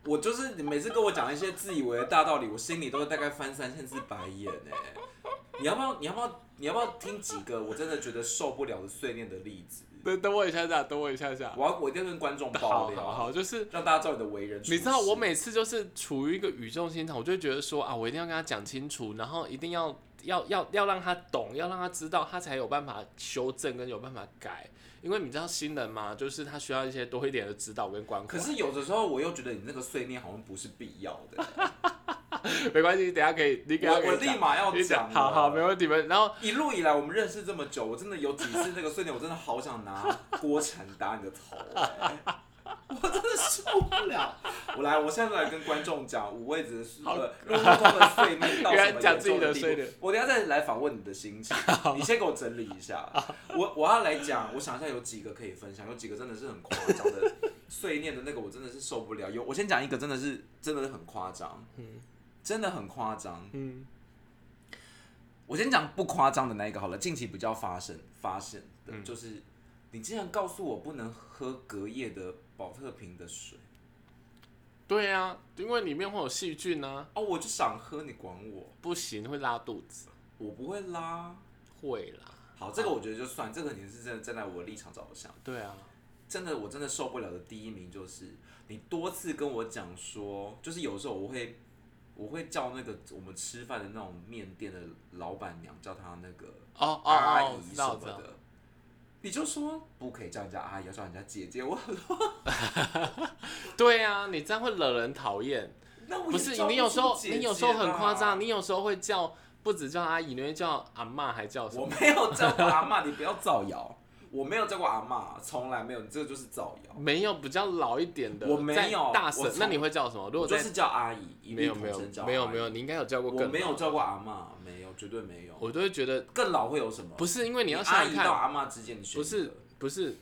Speaker 1: 我就是你每次跟我讲一些自以为的大道理，我心里都大概翻三千次白眼哎、你要不要？你要不要？你要不要听几个我真的觉得受不了的碎念的例子？
Speaker 2: 等等我一下下，等我一下下，
Speaker 1: 我要我一定要跟观众
Speaker 2: 好
Speaker 1: 爆料，啊
Speaker 2: 好好，就是
Speaker 1: 让大家知道你的为人。
Speaker 2: 你知道我每次就是处于一个语重心长，我就会觉得说啊，我一定要跟他讲清楚，然后一定要要要要让他懂，要让他知道，他才有办法修正跟有办法改。因为你知道新人嘛，就是他需要一些多一点的指导跟关怀
Speaker 1: 可。是有的时候我又觉得你那个碎念好像不是必要的，
Speaker 2: 没关系，你等一下可以，
Speaker 1: [LAUGHS]
Speaker 2: 你给
Speaker 1: 我我立马要
Speaker 2: 你
Speaker 1: 讲了。
Speaker 2: 好好，没问题。没问题然后
Speaker 1: 一路以来我们认识这么久，我真的有几次那个碎念，我真的好想拿锅铲打你的头、哎我真的受不了。我来，我现在来跟观众讲五味子的碎
Speaker 2: 好
Speaker 1: 呃路路通的碎念到
Speaker 2: 原
Speaker 1: 什
Speaker 2: 来
Speaker 1: 么
Speaker 2: 讲自己的
Speaker 1: 严重
Speaker 2: 碎
Speaker 1: 地
Speaker 2: 念
Speaker 1: 步。我等一下再来访问你的心情，你先给我整理一下。我我要来讲，我想一下有几个可以分享，有几个真的是很夸张的碎念的那个，我真的是受不了。有，我先讲一个，真的是真的是很夸张，真的很夸张。
Speaker 2: 嗯，
Speaker 1: 我先讲不夸张的那一个好了，近期比较发生发现的、就是，你竟然告诉我不能喝隔夜的保特瓶的水
Speaker 2: 对啊，因为里面会有细菌啊，
Speaker 1: 哦，我就想喝，你管我，
Speaker 2: 不行会拉肚子，
Speaker 1: 我不会啦。
Speaker 2: 会啦。
Speaker 1: 好，这个我觉得就算，这个你是真的站在我的立场着想，
Speaker 2: 对啊，
Speaker 1: 真的我真的受不了的第一名就是你多次跟我讲说，就是有时候我会我会叫那个我们吃饭的那种面店的老板娘叫她那个
Speaker 2: 哦哦
Speaker 1: 阿
Speaker 2: 哦，我
Speaker 1: 姨
Speaker 2: 知
Speaker 1: E 什么
Speaker 2: 道我知道。
Speaker 1: 的，你就说不可以叫人家阿姨，要叫人家姐姐。我
Speaker 2: 对啊，你这样会惹人讨厌。
Speaker 1: 那我也
Speaker 2: 不是
Speaker 1: 叫
Speaker 2: 你有
Speaker 1: 出
Speaker 2: 时候
Speaker 1: 姐姐
Speaker 2: 你有时候很
Speaker 1: 啦
Speaker 2: 夸张，你有时候会叫不止叫阿姨，你会叫阿嬷，还叫什
Speaker 1: 我
Speaker 2: 么？
Speaker 1: 没有叫过阿妈，你不要造谣。我没有叫过阿妈，从来没有，你这个就是造谣。
Speaker 2: 没有比较老一点的，
Speaker 1: 我没
Speaker 2: 在
Speaker 1: 有
Speaker 2: 大
Speaker 1: 我
Speaker 2: 婶，
Speaker 1: 从
Speaker 2: 那你会叫什么？如
Speaker 1: 我
Speaker 2: 果
Speaker 1: 就
Speaker 2: 在
Speaker 1: 是叫阿姨，一
Speaker 2: 没
Speaker 1: 律
Speaker 2: 有
Speaker 1: 统
Speaker 2: 没有
Speaker 1: 称叫
Speaker 2: 没有
Speaker 1: 阿姨
Speaker 2: 没有，，你应该有叫过
Speaker 1: 我
Speaker 2: 更
Speaker 1: 没有
Speaker 2: 老，
Speaker 1: 叫过阿妈，没有，绝对没有。
Speaker 2: 我都会觉得
Speaker 1: 更老会有什么？
Speaker 2: 不是，因为你要
Speaker 1: 阿
Speaker 2: 想
Speaker 1: 姨
Speaker 2: 想
Speaker 1: 到
Speaker 2: 看，
Speaker 1: 阿妈之间，你选
Speaker 2: 不
Speaker 1: 一
Speaker 2: 是
Speaker 1: 个
Speaker 2: 不是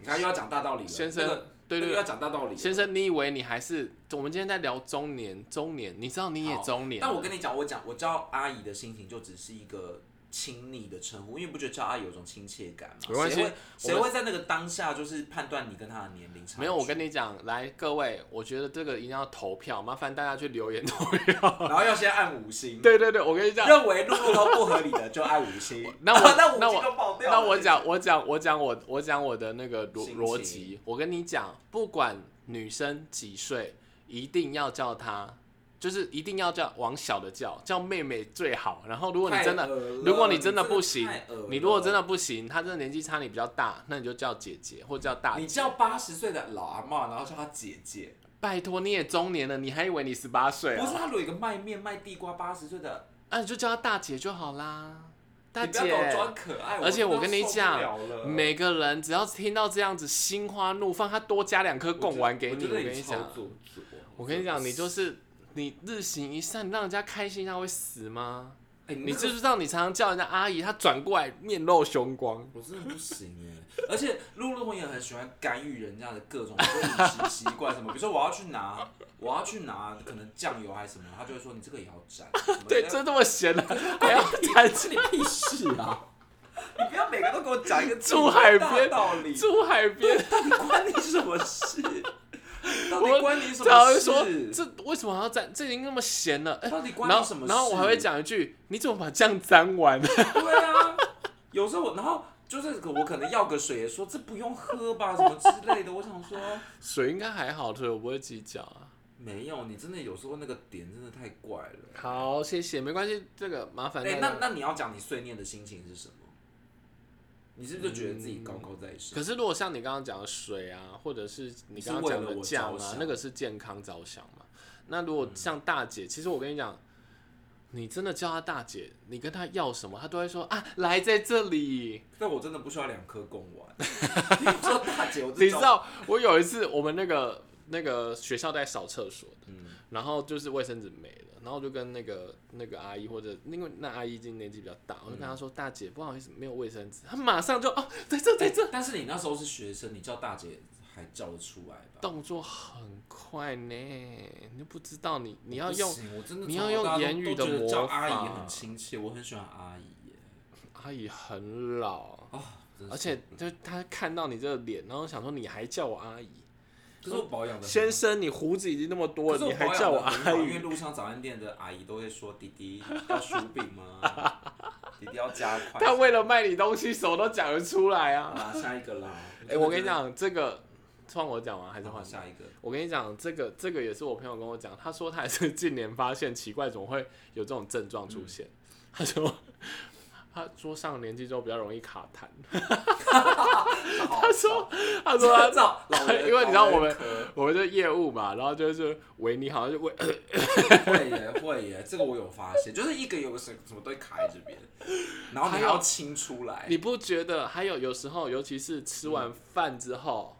Speaker 1: 你看又要讲大道理了，
Speaker 2: 先
Speaker 1: 那
Speaker 2: 生
Speaker 1: 个，那
Speaker 2: 对对
Speaker 1: 个
Speaker 2: 对
Speaker 1: 要讲大道理了。
Speaker 2: 先生，你以为你还是我们今天在聊中年中年，你知道你也
Speaker 1: 好
Speaker 2: 中年了，
Speaker 1: 但我跟你讲，我讲我叫阿姨的心情就只是一个亲昵的称呼，因为不觉得叫阿姨有种亲切感吗？
Speaker 2: 没关系
Speaker 1: 谁会谁
Speaker 2: 我
Speaker 1: 会在那个当下就是判断你跟她的年龄差距？
Speaker 2: 没有，我跟你讲，来各位，我觉得这个一定要投票，麻烦大家去留言投票。
Speaker 1: [LAUGHS] 然后要先按五星，
Speaker 2: 对对对，我跟你讲，
Speaker 1: 认为路路通不合理的就按五星
Speaker 2: [LAUGHS] 。那我
Speaker 1: [LAUGHS] 那
Speaker 2: 那
Speaker 1: 五
Speaker 2: 我
Speaker 1: 星就爆掉了。
Speaker 2: 那我讲，我讲，我讲我我讲我的那个逻
Speaker 1: 心情
Speaker 2: 逻辑。我跟你讲，不管女生几岁，一定要叫她，就是一定要叫往小的叫，叫妹妹最好。然后如果你
Speaker 1: 太
Speaker 2: 真的，
Speaker 1: 恶了，
Speaker 2: 如果你真的
Speaker 1: 的
Speaker 2: 不行
Speaker 1: 太恶了
Speaker 2: 你如果真的不行，她真的年纪差你比较大，那你就叫姐姐或叫大姐。
Speaker 1: 你叫八十岁的老阿嬷，然后叫她姐姐，
Speaker 2: 拜托，你也中年了，你还以为你十八岁
Speaker 1: 不是
Speaker 2: 啊？
Speaker 1: 她如果有一个卖面卖地瓜八十岁的，
Speaker 2: 啊，你就叫她大姐就好啦，大
Speaker 1: 你不
Speaker 2: 姐
Speaker 1: 要。给我装可爱。
Speaker 2: 而且我跟你讲
Speaker 1: 真的受不了了，
Speaker 2: 每个人只要听到这样子心花怒放，他多加两颗贡丸给你，
Speaker 1: 我觉得
Speaker 2: 跟你
Speaker 1: 超
Speaker 2: 讲，
Speaker 1: 做作
Speaker 2: 我跟你讲，你就是你日行一善，你让人家开心，他会死吗？
Speaker 1: 哎
Speaker 2: 你
Speaker 1: 你
Speaker 2: 知
Speaker 1: 这
Speaker 2: 不知道你常常叫人家阿姨，她转过来面露凶光。
Speaker 1: 我真的不行哎，而且陆陆红也很喜欢干预人家的各种饮食习惯什么，比如说我要去拿，我要去拿可能酱油还是什么，他就会说你这个也要沾。什么
Speaker 2: 对，
Speaker 1: 的
Speaker 2: 真这么闲了，还要谈
Speaker 1: 是你屁事啊！你不要每个都给我讲一个
Speaker 2: 住海
Speaker 1: 大
Speaker 2: 边
Speaker 1: 道理，
Speaker 2: 住海边，
Speaker 1: 到底关你什么事？到
Speaker 2: 我
Speaker 1: 底关你什
Speaker 2: [LAUGHS] 然后
Speaker 1: 么
Speaker 2: 就说
Speaker 1: 事？
Speaker 2: 这为什么还要沾？这已经那么闲了，哎、
Speaker 1: 到底关
Speaker 2: 然
Speaker 1: 你什
Speaker 2: 后
Speaker 1: 么事？
Speaker 2: 然后我还会，讲一句，你怎么把酱沾完？ [LAUGHS]
Speaker 1: 对啊，有时候我然后。就是我可能要个水，也说这不用喝吧，什么之类的。我想说，
Speaker 2: 水应该还好，所以我不会计较啊。
Speaker 1: 没有，你真的有时候那个点真的太怪了。
Speaker 2: 好，谢谢，没关系，这个麻烦大
Speaker 1: 哎、
Speaker 2: 家。
Speaker 1: 那那你要讲你碎念的心情是什么？你是不是就觉得自己高高在上？
Speaker 2: 嗯可是如果像你刚刚讲的水啊，或者是你刚刚讲
Speaker 1: 是为
Speaker 2: 的酱
Speaker 1: 了我着
Speaker 2: 啊，
Speaker 1: 想嗯
Speaker 2: 那个是健康着想嘛。那如果像大姐，其实我跟你讲，你真的叫她大姐，你跟她要什么，她都会说啊，来在这里。
Speaker 1: 但我
Speaker 2: [LAUGHS]
Speaker 1: 真的不需要两颗贡丸。你说大姐，我
Speaker 2: 你
Speaker 1: 真
Speaker 2: 知
Speaker 1: 的
Speaker 2: 道我有一次，我们那个那个学校在扫厕所的，
Speaker 1: 嗯
Speaker 2: 然后就是卫生纸没了，然后我就跟那个那个阿姨或者因为那阿姨今年纪比较大，我就跟
Speaker 1: 嗯
Speaker 2: 她说、大姐不好意思没有卫生纸，她马上就哦在这在这，
Speaker 1: 哎但是你那时候是学生，你叫大姐还叫得出来吧？
Speaker 2: 动作很快呢，你就不知道你你要
Speaker 1: 不
Speaker 2: 用
Speaker 1: 行我真的
Speaker 2: 你
Speaker 1: 从小
Speaker 2: 要用
Speaker 1: 到大都
Speaker 2: 言语
Speaker 1: 都
Speaker 2: 的
Speaker 1: 觉得叫
Speaker 2: 模
Speaker 1: 阿姨
Speaker 2: 仿
Speaker 1: 很亲切，我很喜欢阿姨耶。
Speaker 2: 阿姨很老，
Speaker 1: 啊，真的
Speaker 2: 而
Speaker 1: 是
Speaker 2: 且就她看到你这个脸，然后想说你还叫我阿姨，
Speaker 1: 可是我保养的
Speaker 2: 先生你胡子已经那么
Speaker 1: 可
Speaker 2: 多了，
Speaker 1: 是
Speaker 2: 你
Speaker 1: 我
Speaker 2: 还
Speaker 1: 保
Speaker 2: 叫
Speaker 1: 养
Speaker 2: 我
Speaker 1: 得很
Speaker 2: 阿
Speaker 1: 好因为
Speaker 2: 姨，
Speaker 1: 路上早餐店的阿姨都会说：“弟弟要薯饼吗？弟弟要
Speaker 2: [LAUGHS]
Speaker 1: 加快。”
Speaker 2: 她为了卖你东西，手都讲得出来啊。
Speaker 1: 啊，下一个啦。
Speaker 2: 哎、我跟你，讲，这个算我讲完还
Speaker 1: 还
Speaker 2: 是换你？
Speaker 1: 下一个？
Speaker 2: 我跟你讲，这个这个也是我朋友跟我讲，他说他也是近年发现奇怪，怎么会有这种症状出现？
Speaker 1: 嗯
Speaker 2: 他说 [LAUGHS] 他桌上年纪之后比较容易卡
Speaker 1: [LAUGHS]
Speaker 2: 痰，
Speaker 1: 他说，
Speaker 2: 他说他
Speaker 1: 照
Speaker 2: [LAUGHS]
Speaker 1: 老人，
Speaker 2: 因为你知道我
Speaker 1: 老
Speaker 2: 们
Speaker 1: 人咳
Speaker 2: 我们这业务嘛，然后就是维尼好像就维 [LAUGHS]
Speaker 1: 会耶会耶，这个我有发现，就是一个有个什什么都会卡在这边，然后你还
Speaker 2: 还
Speaker 1: 要
Speaker 2: 有
Speaker 1: 清出来，
Speaker 2: 你不觉得还有有时候，尤其是吃完饭之后，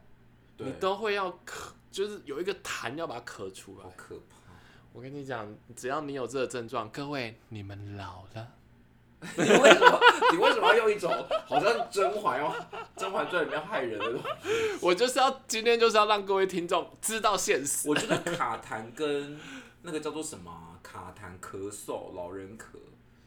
Speaker 2: 你
Speaker 1: 嗯对，
Speaker 2: 都会要咳，就是有一个痰要把它咳出来
Speaker 1: 好。可怕。 [LAUGHS]
Speaker 2: 我跟你讲，只要你有这个症状，各位你们老
Speaker 1: [LAUGHS]
Speaker 2: 了。
Speaker 1: 你为什么你为什么要用一种好像甄嬛要《甄嬛传》里面害人的东西？
Speaker 2: 我就是要今天就是要让各位听众知道现实。
Speaker 1: 我觉得卡痰跟那个叫做什么啊卡痰咳嗽，老人咳，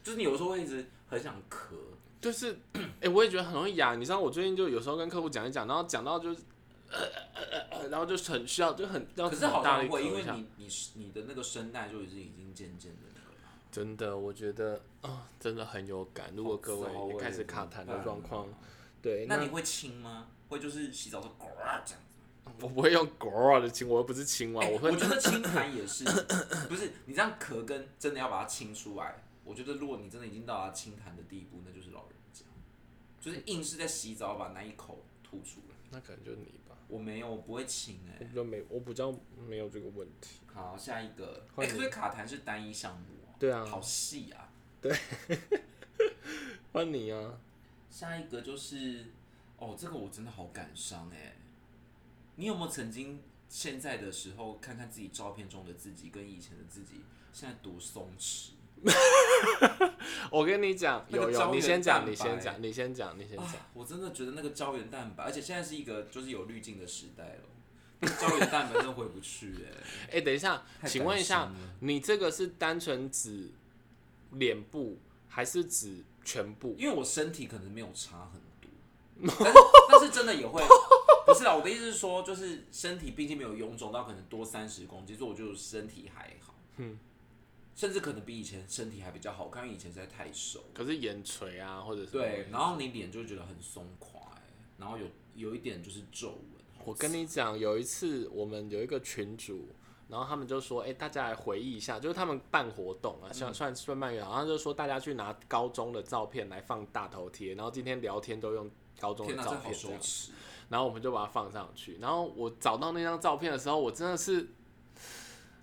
Speaker 1: 就是你有时候会一直很想咳，
Speaker 2: 就是，哎、我也觉得很容易哑。你知道，我最近就有时候跟客户讲一讲，然后讲到就是，呃呃呃呃然后就很需要，就很要
Speaker 1: 可是
Speaker 2: 很
Speaker 1: 好
Speaker 2: 大
Speaker 1: 像
Speaker 2: 力
Speaker 1: 会，因
Speaker 2: 咳
Speaker 1: 为
Speaker 2: 一下。
Speaker 1: 你你你的那个声带就已经已经渐渐的那个了。
Speaker 2: 真的，我觉得啊、真的很有感。如果各位
Speaker 1: 好糟
Speaker 2: 也啊开始
Speaker 1: 欸
Speaker 2: 卡痰的状况
Speaker 1: 怎么，
Speaker 2: 对，
Speaker 1: 那
Speaker 2: 那
Speaker 1: 你会亲吗？会就是洗澡的呱这样子。
Speaker 2: 我不会用 “grow” 的亲，我又不是青蛙，
Speaker 1: 哎
Speaker 2: 我会
Speaker 1: 我觉得清痰也是， [COUGHS] 不是你这样咳跟真的要把它清出来。我觉得如果你真的已经到达清痰的地步，那就是老人家，就是硬是在洗澡把那一口吐出来。
Speaker 2: 那可能就是你吧。
Speaker 1: 我没有，我不会清哎、
Speaker 2: 我比较没，我比较没有这个问题。
Speaker 1: 好，下一个，哎、
Speaker 2: 换你
Speaker 1: 所以卡痰是单一项目哦、
Speaker 2: 对啊
Speaker 1: 好细啊。
Speaker 2: 换你啊，
Speaker 1: 下一个就是，哦，这个我真的好感伤哎、你有没有曾经现在的时候看看自己照片中的自己跟以前的自己，现在多松弛？
Speaker 2: 我跟你讲，
Speaker 1: 那个
Speaker 2: 有
Speaker 1: 胶
Speaker 2: 有，你
Speaker 1: 原
Speaker 2: 先讲，
Speaker 1: 蛋
Speaker 2: 你先
Speaker 1: 白
Speaker 2: 讲，你先讲，你先讲。
Speaker 1: 啊，我真的觉得那个胶原蛋白，而且现在是一个就是有滤镜的时代了，那个胶原蛋白真的回不去哎、
Speaker 2: 哎、等一下，
Speaker 1: 太
Speaker 2: 请问一下
Speaker 1: 感伤了，
Speaker 2: 你这个是单纯指脸部，还是指全部？
Speaker 1: 因为我身体可能没有差很多，但是但是真的也会， [LAUGHS] 不是啊，我的意思是说，就是身体毕竟没有臃肿到可能多三十公斤，所以我觉得我身体还好，
Speaker 2: 嗯
Speaker 1: 甚至可能比以前身体还比较好看，因为以前实在太瘦。
Speaker 2: 可是眼垂啊，或者是
Speaker 1: 对，然后你脸就会觉得很松垮、欸，然后有有一点就是皱纹。
Speaker 2: 我跟你讲，有一次我们有一个群主，然后他们就说，哎、大家来回忆一下，就是他们办活动啊，
Speaker 1: 嗯
Speaker 2: 算算算半月，然后就说大家去拿高中的照片来放大头贴，然后今天聊天都用高中的
Speaker 1: 天哪，
Speaker 2: 哦照
Speaker 1: 这
Speaker 2: 片
Speaker 1: 好
Speaker 2: 这
Speaker 1: 羞
Speaker 2: 样，
Speaker 1: 耻！
Speaker 2: 然后我们就把它放上去，然后我找到那张照片的时候，我真的是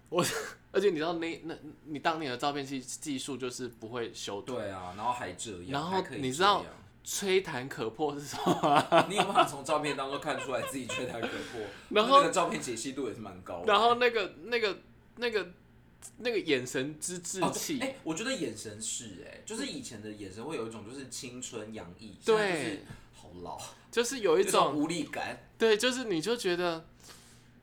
Speaker 2: 我， [LAUGHS] 而且你知道那那你当年的照片技技术就是不会修图，
Speaker 1: 对啊，然后还这样，
Speaker 2: 然后
Speaker 1: 还可以
Speaker 2: 你
Speaker 1: 这
Speaker 2: 知道
Speaker 1: 样
Speaker 2: 吹弹可破是什么？
Speaker 1: 你有办法从照片当中看出来自己缺台可破，
Speaker 2: [LAUGHS] 然后
Speaker 1: 那个照片解析度也是蛮高的。
Speaker 2: 然后那个那个那个那个眼神之稚
Speaker 1: 哦
Speaker 2: 气，
Speaker 1: 哎、我觉得眼神是哎、就是以前的眼神会有一种就是青春洋溢，
Speaker 2: 对
Speaker 1: 现在就是好老，
Speaker 2: 就是有一种
Speaker 1: 无力感。
Speaker 2: 对，就是你就觉得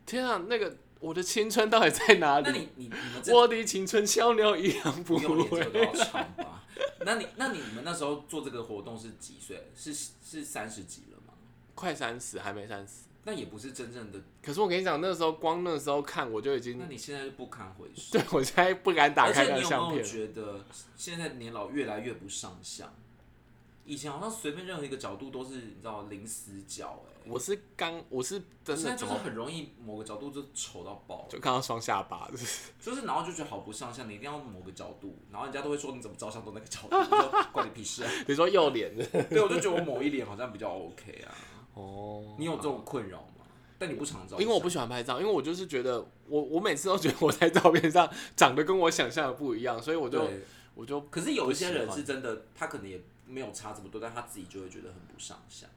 Speaker 2: 天啊，那个我的青春到底在哪
Speaker 1: 那
Speaker 2: 里？
Speaker 1: 你你你们这
Speaker 2: 我的青春小鸟一样不
Speaker 1: 不用连这个都
Speaker 2: 会。
Speaker 1: 要唱吧？那你那你们那时候做这个活动是几岁？是是三十几了吗？
Speaker 2: 快三十还没三十，
Speaker 1: 那也不是真正的，
Speaker 2: 可是我跟你讲，那时候光那时候看我就已经
Speaker 1: 那你现在就不堪回首。
Speaker 2: 嗯 [LAUGHS] 对，我现在不敢打
Speaker 1: 而且
Speaker 2: 开
Speaker 1: 你
Speaker 2: 那个
Speaker 1: 有
Speaker 2: 相
Speaker 1: 没有
Speaker 2: 片。
Speaker 1: 觉得现在年老越来越不上相？以前好像随便任何一个角度都是你知道零死角哎、
Speaker 2: 我是刚，我是真
Speaker 1: 现
Speaker 2: 的
Speaker 1: 在
Speaker 2: 怎
Speaker 1: 就是
Speaker 2: 么
Speaker 1: 很容易某个角度就丑到爆，
Speaker 2: 就看到双下巴， [LAUGHS]
Speaker 1: 就是然后就觉得好不上相，你一定要某个角度，然后人家都会说你怎么照相都那个角度，我说关你屁事啊！ [LAUGHS]
Speaker 2: 你说右脸
Speaker 1: 对，我就觉得我某一脸好像比较 OK 啊。
Speaker 2: 哦，
Speaker 1: 你有这种困扰吗？但你不常照相，
Speaker 2: 因为我不喜欢拍照，因为我就是觉得我我每次都觉得我在照片上长得跟我想象的不一样，所以我就
Speaker 1: 对。
Speaker 2: 我就
Speaker 1: 可是有一些人
Speaker 2: 不喜
Speaker 1: 是真
Speaker 2: 欢
Speaker 1: 的，他可能也没有差这么多，但他自己就会觉得很不上相。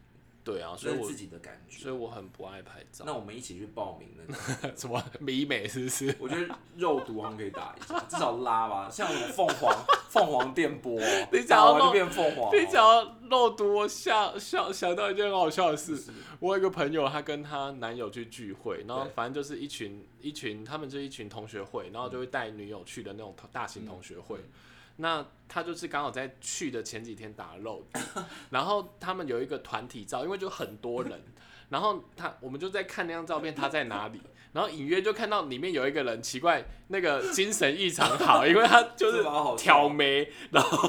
Speaker 2: 对啊，所
Speaker 1: 这
Speaker 2: 以
Speaker 1: 是
Speaker 2: 我
Speaker 1: 自己的感觉。
Speaker 2: 所以我很不爱拍照。
Speaker 1: 那我们一起去报名那个，
Speaker 2: [LAUGHS] 什么迷美是不是？
Speaker 1: 我觉得肉毒好像可以打一下，至少拉吧，像我凤凰凤凰电波哦，
Speaker 2: 你讲
Speaker 1: 打
Speaker 2: 到
Speaker 1: 完
Speaker 2: 肉
Speaker 1: 就变凤凰哦，
Speaker 2: 你讲到肉毒，我想想想到一件很好笑的事
Speaker 1: 是。
Speaker 2: 我有一个朋友，她跟她男友去聚会，然后
Speaker 1: 对
Speaker 2: 反正就是一群一群，他们就一群同学会，然后就会带女友去的那种大
Speaker 1: 嗯
Speaker 2: 型同学会。那他就是刚好在去的前几天打肉 [LAUGHS] 毒，然后他们有一个团体照，因为就很多人，然后他我们就在看那张照片，他在哪里， [LAUGHS] 然后隐约就看到里面有一个人，奇怪，那个精神异常好，因为他就是
Speaker 1: 这蛮好笑的
Speaker 2: 挑眉，然后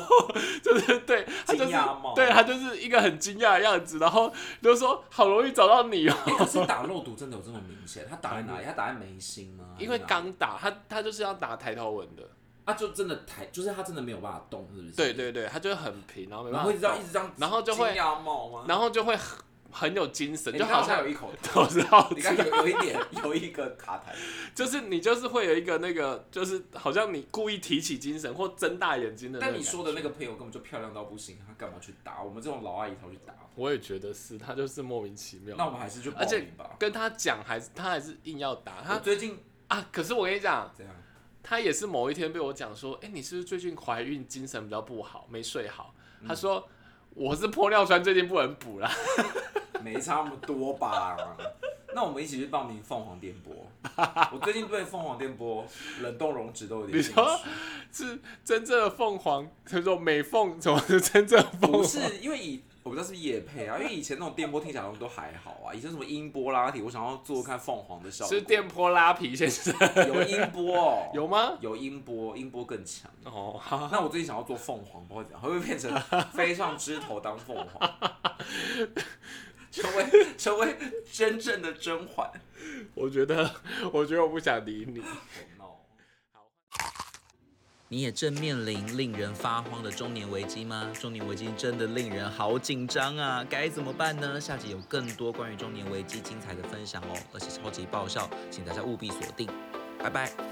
Speaker 2: 就是对他就是
Speaker 1: 惊讶帽
Speaker 2: 对他就是一个很惊讶的样子，然后就说好容易找到你
Speaker 1: [LAUGHS]
Speaker 2: 哦，
Speaker 1: 欸可是打肉毒真的有这么明显？他打在哪里？他打在眉心吗？
Speaker 2: 因
Speaker 1: 还
Speaker 2: 为
Speaker 1: 是哪里
Speaker 2: 刚打他他就是要打抬头纹的，
Speaker 1: 啊，就真的抬，就是他真的没有办法动，是不是？
Speaker 2: 对，对对，他就很平，然后没
Speaker 1: 然
Speaker 2: 办
Speaker 1: 后一直这
Speaker 2: 法
Speaker 1: 样，一，直这样，
Speaker 2: 然后就会
Speaker 1: 惊讶帽吗？哎
Speaker 2: 然后就会很很有精神，
Speaker 1: 你
Speaker 2: 就
Speaker 1: 刚
Speaker 2: 好
Speaker 1: 好
Speaker 2: 像
Speaker 1: 像有一口痰，
Speaker 2: [LAUGHS] 我知道，
Speaker 1: 你刚有有一点有一个卡痰，
Speaker 2: 就是你就是会有一个那个，就是好像你故意提起精神或睁大眼睛的那个
Speaker 1: 但你
Speaker 2: 感觉。
Speaker 1: 说的那个朋友根本就漂亮到不行，他干嘛去打？我们这种老阿姨才会去打。
Speaker 2: 我也觉得是，他就是莫名其妙。
Speaker 1: 那我们还是去报
Speaker 2: 而且
Speaker 1: 名吧。
Speaker 2: 跟他讲，还是他还是硬要打
Speaker 1: 我
Speaker 2: 他
Speaker 1: 最近
Speaker 2: 啊！可是我跟你讲，
Speaker 1: 怎样？
Speaker 2: 他也是某一天被我讲说，哎、你是不是最近怀孕，精神比较不好，没睡好？他说我是玻尿酸，最近不能补啦。 [LAUGHS]
Speaker 1: 没差那么多吧？那我们一起去报名凤凰电波。我最近对凤凰电波、冷冻溶脂都有点
Speaker 2: 你
Speaker 1: 兴
Speaker 2: 说
Speaker 1: 趣。
Speaker 2: 是真正的凤凰，他说美凤怎么是真正 [LAUGHS] 的
Speaker 1: [LAUGHS]
Speaker 2: 凤凰？
Speaker 1: 不是，因为以我不知道是不是夜配啊，因为以前那种电波听起来好像都还好啊，以前什么音波拉提，我想要做做看凤凰的效果，
Speaker 2: 是电波拉皮先生 [LAUGHS]
Speaker 1: 有音波哦，
Speaker 2: 有吗？
Speaker 1: 有音波，音波更强。
Speaker 2: 哦，好，
Speaker 1: 那我最近想要做凤凰，不知道怎样，会不会变成飞上枝头当凤凰， [LAUGHS] 成为成为真正的甄嬛
Speaker 2: 我觉得， [LAUGHS] 我觉得我不想理你。
Speaker 1: ？Oh no！
Speaker 3: 你也正面临令人发慌的中年危机吗？中年危机真的令人好紧张啊，该怎么办呢？下集有更多关于中年危机精彩的分享哦，而且超级爆笑，请大家务必锁定，拜拜。